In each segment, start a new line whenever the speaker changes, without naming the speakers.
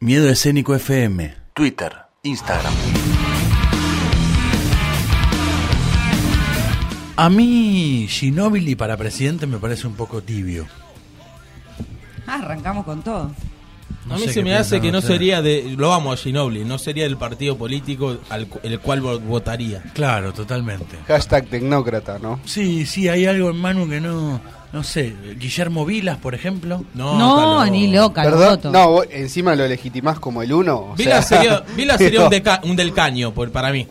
Miedo Escénico FM.
Twitter, Instagram.
A mí, Ginóbili para presidente me parece un poco tibio.
Ah, arrancamos con todo.
No
a mí
sé
se
qué
me hace
piensan
que no
ustedes.
sería de. Lo amo a Ginobili, no sería del partido político al cu- el cual vo- votaría.
Claro, totalmente.
Hashtag tecnócrata, ¿no?
Sí, sí, hay algo en Manu que no. No sé. Guillermo Vilas, por ejemplo.
No,
No,
está loco.
ni loca, los
Perdón,
votos.
no, vos encima lo legitimás como el uno. o
Vila
sea,
sería, Vila sería un,
digo,
deca- un del caño, por, para mí.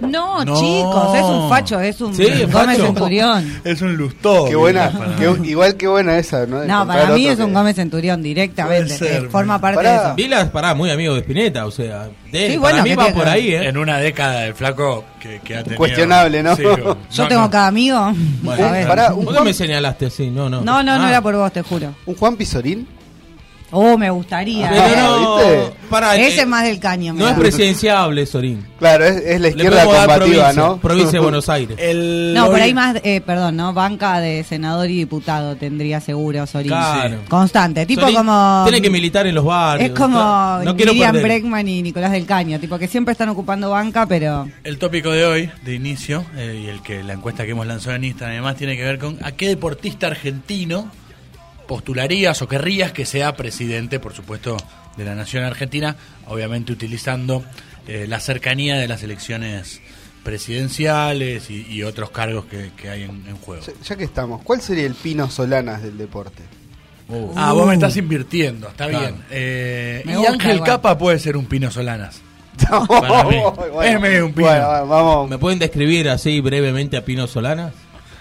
No,
No.
chicos, es un facho, es un
Sí, es
Gómez
facho.
Centurión.
Es un lustó.
Qué
Vilas,
buena,
para
qué-
mí.
igual que buena esa, ¿no? De
No,
encontrar
para mí
otro
es un
que-
Gómez Centurión directamente.
Puede ser,
eh, forma parte
Pará.
de eso.
Vila, pará, muy amigo de Spinetta, o sea. De,
Sí,
para
bueno,
mí
que
va
tenga-
por ahí, ¿eh?
En una década el flaco que, que ha tenido.
Cuestionable, ¿no?
como-
Yo
no,
tengo
no.
cada amigo.
Bueno,
¿sabes?
un- pará,
¿Por qué
Juan-
me señalaste así? No, no.
No, no, no
Ah.
era por vos, te juro.
¿Un Juan Pizorín?
Oh, me gustaría.
Pero
eh.
no.
¿viste?
pará,
Ese
eh,
es más del caño. me
No es
da.
presidenciable, Sorín.
Claro, es, es la
Le
izquierda
podemos dar
combativa,
provincia,
¿no?
provincia de Buenos Aires.
Eh,
El
No, por
Lori-
ahí más, eh, perdón, ¿no? Banca de senador y diputado tendría seguro Sorín.
Claro.
Constante, tipo
Sorín
como...
Tiene que militar en los barrios.
Es como
No, no quiero
Miriam
perder.
Bregman y Nicolás del Caño, tipo que siempre están ocupando banca, pero...
El tópico de hoy, de inicio, eh, y el que la encuesta que hemos lanzado en Instagram además tiene que ver con a qué deportista argentino postularías o querrías que sea presidente, por supuesto, de la Nación Argentina, obviamente utilizando eh, la cercanía de las elecciones presidenciales y, y otros cargos que, que hay en, en juego.
Ya, ya que estamos, ¿cuál sería el Pino Solanas del deporte?
Uh.
Ah, vos me estás invirtiendo, está
Claro.
bien. Eh,
Me
y
gusta
Ángel
igual.
Capa puede ser un Pino Solanas. Para mí.
Bueno,
Es medio un Pino.
Bueno, va- vamos.
¿Me pueden describir así brevemente a Pino Solana?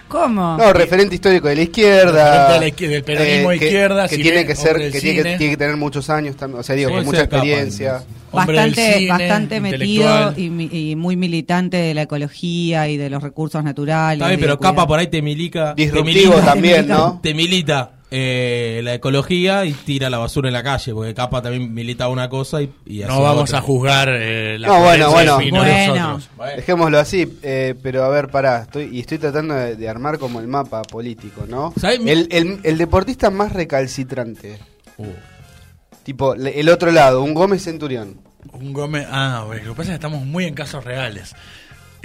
¿Cómo?
No, referente histórico de la izquierda. eh,
Referente de la izquierda, del peronismo de
que-
izquierda,
Que,
si
tiene
ve,
que ser,
hombre del
que tiene,
cine.
que tiene que tener muchos años también. O sea, digo,
Sí,
con
puede
mucha
ser Capa,
experiencia.
entonces.
Hombre del
bastante
cine,
bastante metido
intelectual.
y, mi- y muy militante de la ecología y de los recursos naturales.
Está bien,
y
pero
de cuidar.
capa por ahí te milica. te
Disruptivo
milita-
también, ¿no?
Te milita eh, la ecología y tira la basura en la calle, porque capa también milita una cosa y, y hace
No vamos
otra.
a juzgar eh, la
No, bueno,
coherencia
bueno.
de Pino de
Bueno.
nosotros.
Bueno.
Dejémoslo así, eh, pero a ver, pará, estoy, y estoy tratando de, de armar como el mapa político, ¿no?
¿Sabés?
El, el- el deportista más recalcitrante,
Uh.
tipo le- el otro lado, un Gómez Centurión.
Un Gómez. Ah, bueno, lo que pasa es que estamos muy en casos reales.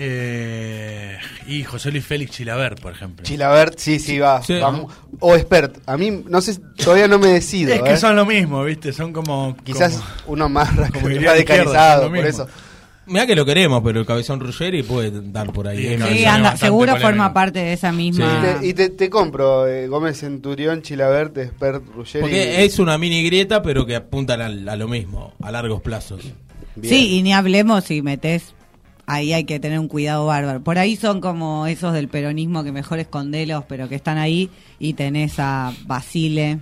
Eh, y José Luis Félix Chilaver, por ejemplo.
Chilabert, sí, sí, va.
Sí.
vamos. O Expert, a mí, no sé, todavía no me decido.
es que
¿eh?
son lo mismo, ¿viste? Son como.
Quizás
como-
uno más ra-
como diría la izquierda,
radicalizado,
son lo
por
mismo.
eso.
Mirá que lo queremos, pero el cabezón Ruggeri puede dar por ahí.
Sí,
¿eh?
no,
Sí,
eso es
anda,
bastante
seguro
polémico.
forma parte de esa
Y
Ah.
misma.
te, y te- te compro, eh, Gómez Centurión, Chilabert, Expert, Ruggeri.
Porque es una mini grieta, pero que apuntan al- a, lo mismo, a largos plazos.
Bien.
Sí, y ni hablemos si metes. Ahí hay que tener un cuidado bárbaro. Por ahí son como esos del peronismo que mejor escondelos, pero que están ahí. Y tenés a Basile,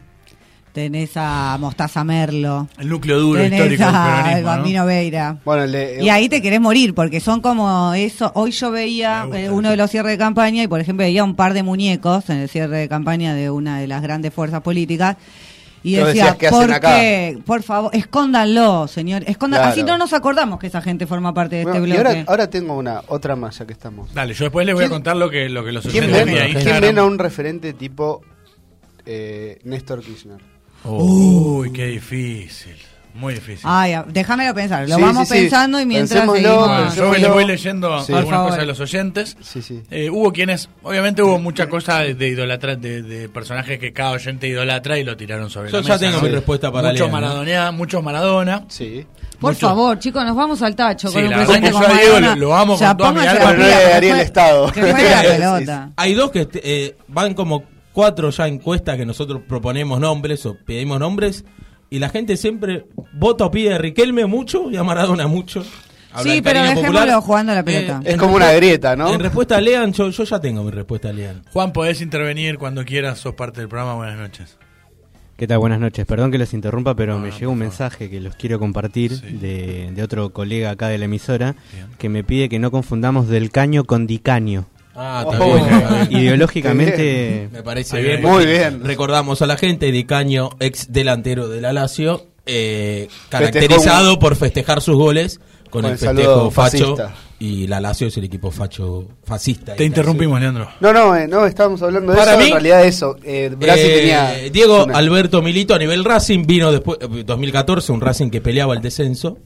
tenés a Mostaza Merlo,
El núcleo duro
tenés
histórico del
a
peronismo.
El Bambino
¿no?
Veira.
Bueno, eh, le-
Y ahí te querés morir, porque son como eso. Hoy yo veía
Me gusta
eh,
eso.
uno de los cierres de campaña y, por ejemplo, veía un par de muñecos en el cierre de campaña de una de las grandes fuerzas políticas. Y
Yo
decía,
decía, ¿qué hacen
¿por
acá?
qué? Por favor, escóndanlo, señor. escondan-
Claro.
Así no nos acordamos que esa gente forma parte de
bueno,
este
y
bloque.
ahora, ahora tengo una otra más, ya que estamos.
Dale, yo después les voy a
¿Quién-
contar lo que, lo que los
¿Quién
oyentes
ven,
de
quién
Instagram-
ven a un referente tipo eh, Néstor Kirchner?
Uy, qué difícil. Muy difícil.
Ay, a- déjamelo pensar. Lo
Sí,
vamos
sí, sí.
pensando y mientras
Pensémoslo.
seguimos.
Bueno, yo
yo
les
creo-
voy leyendo
Sí.
Por
algunas
favor.
cosas de los oyentes.
Sí, sí.
Eh, hubo quienes, obviamente hubo mucha cosa de, de idolatra, de, de personajes que cada oyente idolatra y lo tiraron sobre
Yo
la
ya
mesa,
tengo
¿no?
mi respuesta para
Mucho
Lean, ¿no?
Maradonea, mucho Maradona.
Sí.
Por
Mucho.
favor, chicos, nos vamos al tacho
Sí,
con un
la verdad
presente
que
con
yo a Diego
Maradona.
lo- lo amo con
Ya,
toda mi
pónganse
alma,
la
pero no
le
pila,
daría
que
el
fue-
Estado.
que fue la
Sí, sí.
pelota.
Hay dos que este, eh, van como cuatro ya encuestas que nosotros proponemos nombres o pedimos nombres y la gente siempre vota o pide a Riquelme mucho y a Maradona mucho. Habla
Sí,
el
pero
cariño
dejémoslo jugando a la pelota.
Es
Eh, en
como
respu-
una grieta, ¿no?
En respuesta a Lean, yo, yo ya tengo mi respuesta a Lean.
Juan, podés intervenir cuando quieras, sos parte del programa, buenas noches.
¿Qué tal? Buenas noches. Perdón que los interrumpa, pero
No,
me
no,
llegó un
por favor.
mensaje que los quiero compartir
Sí.
de, de otro colega acá de la emisora
Bien.
que me pide que no confundamos del caño con dicaño.
Ah, está
Oh.
bien, está bien.
Ideológicamente,
Me parece
Ahí
bien.
va.
Muy bien.
Recordamos a la gente, Dicaño, ex delantero de la Lazio, eh,
Festejó
caracterizado
un-
por festejar sus goles con,
Con
el
el
festejo
saludo
facho
fascista.
y la Lazio es el equipo facho fascista.
Te interrumpimos, Leandro.
No, no, eh, no, estábamos hablando de
Para
eso,
mí,
en realidad eso. Eh, Brasil
Eh,
tenía...
Diego
una-
Alberto Milito a nivel Racing vino después, eh, 2014, un Racing que peleaba el descenso.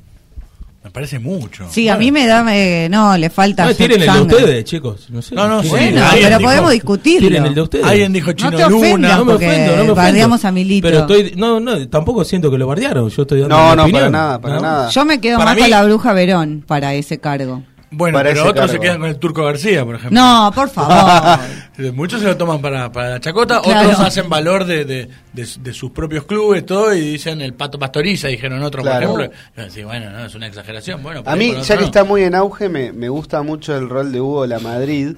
Me parece mucho.
Sí, a mí me da. eh, no, le falta.
No, tiren el de
sangre.
ustedes, chicos. No, sé.
No, no,
Tiren-
sí,
Bueno,
Alguien
pero
dijo-
podemos discutirlo.
Tiren el de ustedes.
Alguien dijo Chino
No te
Luna.
ofendas,
No me
porque
ofendo, no me
bardeamos
ofendo.
a Milito.
Pero estoy, no, no, tampoco siento que lo bardearon. Yo estoy dando
No,
mi
no, para
opinión.
nada, para
No.
nada.
Yo me quedo
Para
más
mí-
con la bruja Verón para ese cargo.
Bueno,
Para
pero
ese
otros se
cargo.
quedan con el Turco García, por ejemplo.
No, por favor.
Eh, Muchos se lo toman para, para la chacota,
Claro.
otros hacen valor de, de- de su- de sus propios clubes, todo, y dicen el pato pastoriza, dijeron otros,
Claro.
por ejemplo. Sí, bueno, no, es una exageración. Bueno, por
A
ahí
mí,
por
ya
otro
que
no.
está muy en auge, me, me gusta mucho el rol de Hugo La Madrid,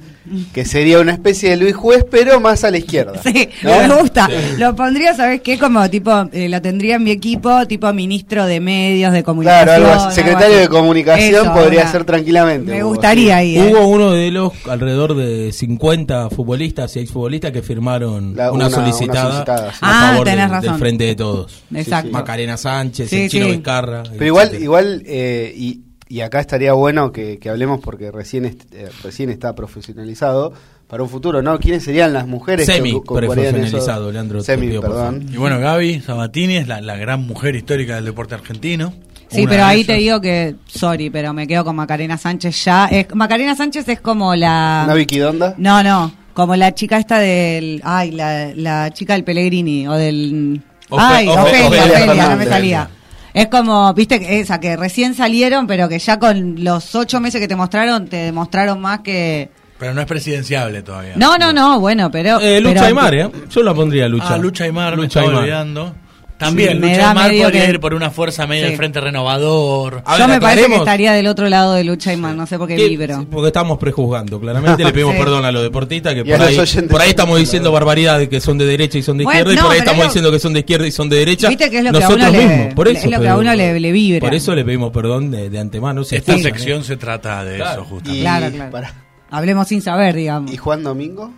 que sería una especie de Luis Juez, pero más a la izquierda.
Sí,
¿no?
me gusta. Lo pondría, ¿sabes qué? Como tipo, eh, lo tendría en mi equipo, tipo ministro de medios, de comunicación.
Claro, algo así. secretario
algo
de
así.
comunicación
Eso,
podría
una-
ser tranquilamente.
Me
Hugo,
gustaría ahí. eh.
Hubo uno de los alrededor de 50 futbolistas y exfutbolistas que firmaron
La-
una,
una-
solicitada
una solicitada, sí.
a
Ah,
favor
tenés
del-
razón.
del frente de todos.
Exacto.
Macarena Sánchez,
Sí,
el Chino
sí.
Vizcarra.
Pero igual,
etcétera.
igual eh, y, y acá estaría bueno que, que hablemos porque recién, est- eh, recién está profesionalizado para un futuro, ¿no? ¿Quiénes serían las mujeres?
Semi
ocu- ocuparían
profesionalizado,
esos-
Leandro, te
Semi,
pido, por
perdón.
Y bueno, Gaby Sabatini es la, la gran mujer histórica del deporte argentino.
Sí,
Una
pero
de
ahí
ellas.
te digo que, sorry, pero me quedo con Macarena Sánchez ya. Es, Macarena Sánchez es como la...
¿Una Viquidonda?
No, no, como la chica esta del... Ay, la, la chica del Pellegrini o del...
Ofe-
ay,
Ofe-
Ofelia,
Ofelia
Ofelia, no me
Fernández.
salía. Es como, viste, que esa que recién salieron, pero que ya con los ocho meses que te mostraron, te demostraron más que...
Pero no es presidenciable todavía.
No, no, no, bueno, pero...
Eh, Lucha
pero-
Aymar, ¿eh? Yo la pondría Lucha.
Lucha. Ah, Lucha Aymar, me
Lucha
estaba
Aymar.
olvidando. También,
Sí, me
Lucha
da
Aymar
medio
podría
que-
ir por una fuerza media
Sí.
del Frente Renovador.
A
Yo
ver,
me parece que
aclaremos.
estaría del otro lado de Lucha Aymar, no sé por qué
¿Qué?
libro.
Porque estamos prejuzgando, claramente. Le pedimos
Sí.
perdón a los deportistas que
Y
por
a los
ahí,
oyentes.
por ahí estamos diciendo barbaridades que son de derecha y son de
Bueno, no,
izquierda, y por ahí
pero
estamos
es lo-
diciendo que son de izquierda y son de derecha.
Viste que es lo que a
nosotros
uno le-
mismos, por
le-
eso.
es lo que
pero-
a uno le- le vibra.
Por eso le pedimos perdón de, de antemano. si
Esta
estás-
sección se trata de eso,
Claro.
Y,
justamente.
Claro, claro.
pará,
Hablemos sin saber, digamos.
¿y Juan Domingo?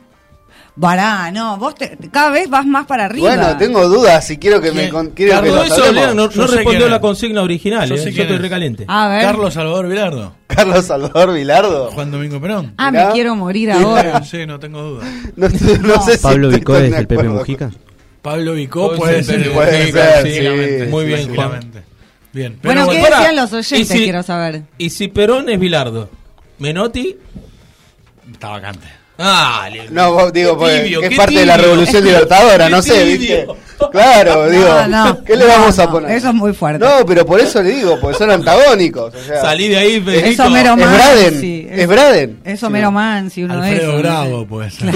Bará, no, vos te- cada vez vas más para arriba.
Bueno, tengo dudas si quiero que me...
¿Quién?
con- quiero que
Todo
lo
eso,
hablemos.
Leandro, no,
Yo
no
sé
respondió
quién
la
es.
consigna original.
Yo
eh,
sé
Yo,
quién
estoy
es.
recaliente.
Ah.
A ver.
Carlos Salvador Vilardo,
Carlos Salvador Vilardo.
Juan Domingo Perón.
ah,
mirá.
me quiero morir ahora.
Sí, no tengo duda.
No, estoy- no sé si
Pablo
estoy
Vicó
tan
es
de
el Pepe
acuerdo.
Mujica.
Pablo Vicó
Puede
puede
ser,
ser.
puede
sí,
ser,
sí,
sí,
tranquilamente,
muy bien,
tranquilamente. Bien.
Bueno,
Pero
¿qué
pará,
decían los oyentes?
y si-
Quiero saber.
Y si Perón es Bilardo, Menotti.
Está vacante.
Ah,
No, vos- digo, porque
tibio,
es
qué
parte de la
tibio.
Revolución Libertadora,
Qué
no sé, ¿viste?
tibio.
Claro, digo,
no,
¿qué le
no,
vamos a
no,
poner?
eso es muy fuerte.
No, pero por eso le digo, porque son antagónicos. o sea,
Salí de ahí, Federico.
Eso mero
es
Man,
Braden,
sí,
es Braden.
Es Homero Man, si uno de
Alfredo
esos.
Bravo, puede ser.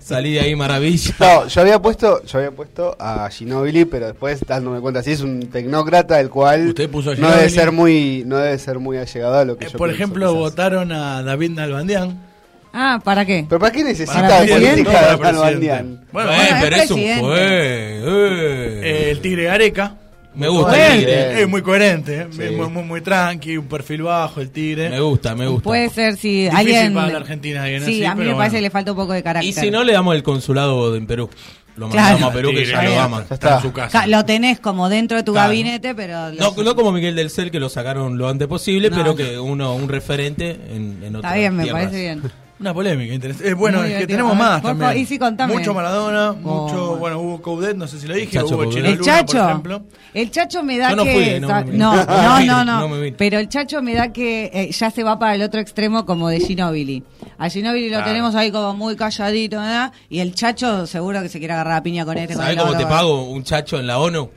Salí de ahí, maravilla.
No, yo había puesto, yo había puesto a Ginobili, pero después dándome cuenta, sí es un tecnócrata el cual
Usted puso a
no debe
Ginóbili.
ser muy, no debe ser muy allegado a lo que
Eh,
yo
Por
pienso,
ejemplo,
quizás.
votaron a David Nalbandian.
Ah, ¿para qué?
Pero ¿para qué necesita
Para
de
presidente.
política de
Para presidente.
Albandián?
Bueno,
Eh,
bueno,
pero
es
es un
presidente.
juez.
eh, el Tigre Gareca.
me gusta el
Bueno.
tigre.
Eh, Es muy coherente, eh,
Sí.
muy, muy, muy tranqui, un perfil bajo el Tigre.
eh. Me gusta, me gusta.
Puede ser si
Difícil
alguien.
para la Argentina, alguien
sí,
así,
a mí
pero
me parece
bueno.
que le falta un poco de carácter.
y si no, le damos el consulado en Perú. Lo
Claro.
mandamos a Perú, que ya
Tigre,
lo
ya
aman.
está,
Está.
en su casa.
Ca- Lo tenés como dentro de tu
Claro.
gabinete, pero.
No,
los-
no como Miguel del Cel, que lo sacaron lo antes posible,
No.
pero que uno un referente en, en
Está
otras
bien, me
tierras.
parece bien.
Una polémica interesante. Eh, bueno,
Muy
es que
divertido.
tenemos
A ver,
más
por
también.
favor, y sí, contame.
Mucho Maradona,
Oh.
mucho, bueno, hubo Coudet, no sé si lo dije,
Chacho
hubo
Coudet.
Chino
El
Luna, por
Chacho,
ejemplo.
el Chacho me da
Yo no
que...
fui, eh, no
sa-
me vi.
no,
No
no,
me
no,
vi,
no.
no me vi.
Pero el Chacho me da que eh, ya se va para el otro extremo como de Ginobili. A Ginobili lo
Claro.
tenemos ahí como muy calladito, ¿verdad? Y el Chacho seguro que se quiere agarrar a piña con este, con
¿Sabes
el
cómo te
otro.
pago un chacho en la ONU?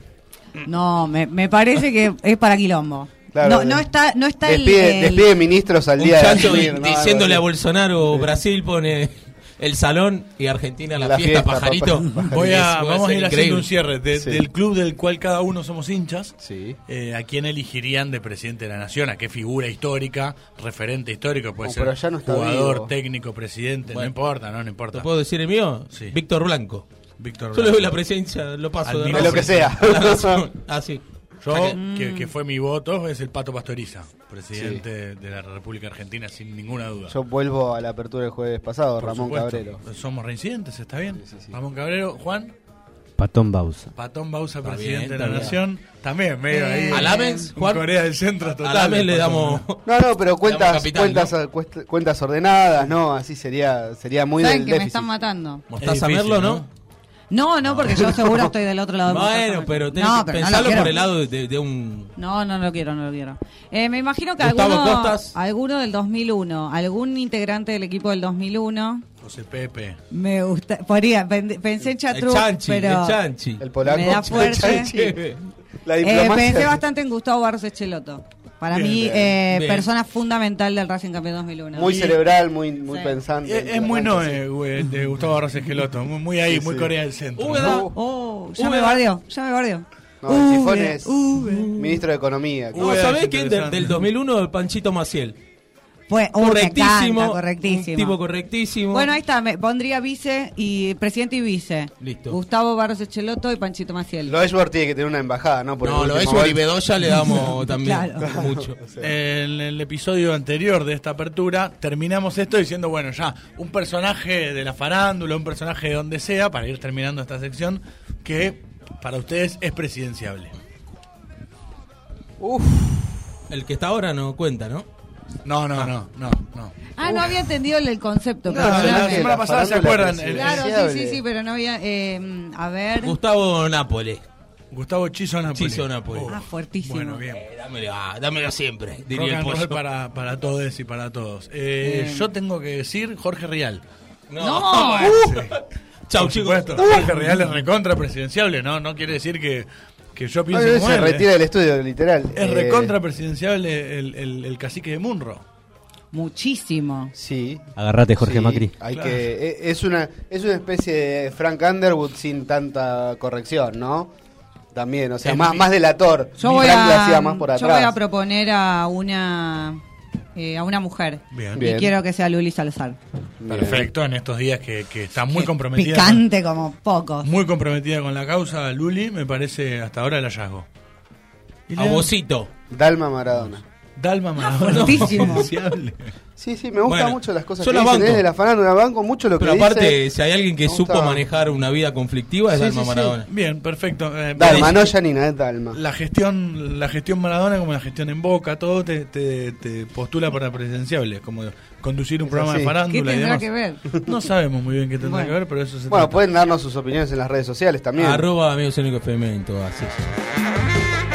No, me, me parece que es para quilombo.
Claro,
no,
de-
no está, no está el-
despide,
el...
despide ministros al
Un
día
chacho
de
di-
asumir, ¿no? Algo
diciéndole a
así.
Bolsonaro, Brasil pone el salón y Argentina la,
La
fiesta,
fiesta,
pajarito.
papá.
Voy a,
Eso va
vamos a
ser
ir haciendo
increíble.
un cierre de-
Sí.
del club del cual cada uno somos hinchas.
Sí.
Eh, ¿A quién elegirían de presidente de la nación? ¿A qué figura histórica, referente histórico? Puede
Oh,
ser
pero ya no está
jugador,
vivo.
técnico, presidente, no
Bueno.
importa, no, no importa.
¿Te puedo decir el mío?
Sí.
Víctor Blanco.
Víctor
Yo le
Blanco.
doy la presencia, lo paso
Al
de
mismo
De lo que
presidente.
sea.
Así.
Yo, que,
Mm.
que fue mi voto, es el Pato Pastoriza, presidente de la República Argentina, sin ninguna duda.
Yo vuelvo a la apertura del jueves pasado,
Por
Ramón
supuesto.
Cabrero.
Somos reincidentes, está bien. Ramón Cabrero, Juan.
Patón Bausa.
Patón Bausa,
Está
presidente
bien,
de
está
la
bien.
Nación. También, medio ahí.
Eh,
¿A Lames,
un
Juan?
Corea del Centro total.
A la mes le
Patón
damos.
Bausa.
No, no, pero cuentas,
Digamos capital,
cuentas,
¿no?
eh, cuest- cuentas ordenadas, no, así sería sería muy
Saben
del
que me
déficit.
están matando.
Mostaza
difícil,
Merlo, ¿no?
¿no?
No, no, porque yo seguro estoy del otro lado. de
Bueno,
Ah, Mostaza.
pero, tenés
no,
que
pero no lo
pensarlo
quiero.
por el lado de, de un.
No, no lo quiero, no lo quiero. Eh, me imagino que
Gustavo
alguno,
Costas.
alguno del 2001, algún integrante del equipo del 2001.
José Pepe.
Me gusta, podría, pen- pensé en
El
Chatru,
chanchi,
pero
el chanchi.
El polaco.
Me da fuerte.
Che,
La
eh,
diplomacia.
pensé bastante en Gustavo Barros Echeloto. Para
Bien,
mí,
bien,
eh,
bien.
persona fundamental del Racing Campeón 2001.
Muy cerebral, muy, muy
Sí.
pensante.
Es, es muy Noé, güey, de Gustavo Barros Esqueloto. Muy, muy ahí,
Sí,
muy
sí.
Corea del Centro.
Uy,
¿no?
no.
Oh, ya
Uber.
me bardeó, ya me bardeó.
No, el
Uber,
sifón es
Uber.
ministro de Economía.
No,
Uy,
¿sabés
es
quién? Del,
interesante.
del 2001, el Panchito Maciel.
Fue oh, me encanta,
correctísimo.
correctísimo.
un tipo correctísimo.
Bueno, ahí está, me pondría vice y presidente y vice.
Listo.
Gustavo Barros Echeloto y Panchito Maciel.
Lo Ashworth tiene que tener una embajada, ¿no? Por
no,
el
lo es
último
y
gol.
Bedoya le damos también
Claro.
mucho.
En el episodio anterior de esta apertura terminamos esto diciendo, bueno, ya, un personaje de la farándula, un personaje de donde sea, para ir terminando esta sección, que para ustedes es presidenciable.
Uf,
El que está ahora no cuenta, ¿no?
No, no, no, no, no.
Ah, no había entendido el, el concepto,
No,
perdóname.
la
personaje de
semana
la
pasada se
farándula
acuerdan. el- el
Claro, sí, sí, sí,
presidenciable.
pero no había. eh, a ver.
Gustavo Nápoles.
Gustavo Chizo Napoli. Oh.
Chizo Napoli.
Ah, fuertísimo.
Bueno, bien.
Eh, dámelo, ah, dámelo siempre,
Rock
diría
and
el
roll
pollo.
para, para todos y para todos. Eh,
Bien.
Yo tengo que decir Jorge Rial.
No.
Uh. Chau,
Por
chicos.
supuesto, Jorge Rial es recontra presidenciable, ¿no? No quiere decir que, que yo
No,
pienso
no,
como
se
él,
retira
¿eh?
del estudio, literal.
Es
Eh,
recontra presidenciable el, el- el cacique de Munro.
Muchísimo.
Sí.
Agarrate, Jorge
sí,
Macri.
Hay
Claro.
que, e- es, una, es una especie de Frank Underwood sin tanta corrección, ¿no? También, o sea,
Es
más,
mi-
más delator.
Yo voy,
Frank la
a,
hacía más por
yo voy a
atrás.
proponer a una eh, a una mujer.
Bien.
Bien.
Y quiero que sea Luli Salazar.
Bien.
Perfecto, en estos días que, que está muy
Que
comprometida.
Picante como pocos.
Muy comprometida con la causa, Luli, me parece hasta ahora el hallazgo. Y
A
le-
vosito.
Dalma Maradona.
Dalma Maradona.
fuertísimo.
presidenciable.
Sí, sí, me gustan
Bueno,
mucho las cosas
yo
que
la
dicen
banco.
desde la farándula, banco mucho lo
Pero
que
aparte,
dice.
si hay alguien que
Me
supo
gusta.
manejar una vida conflictiva es
Sí,
Dalma
sí, sí.
Maradona.
Bien, perfecto. Eh,
Dalma,
bien.
no Janina, es Dalma.
La gestión, la gestión Maradona como la gestión en Boca, todo te, te- te postula para presidenciable, como conducir un
Es
programa de
así.
¿Qué
farándula y
tendrá
demás.
que ver?
No sabemos muy bien qué tendrá
Bueno.
que ver, pero eso se
Bueno,
trata.
pueden darnos sus opiniones en las redes sociales también.
Arroba amigos únicos FM en todas, sí, sí.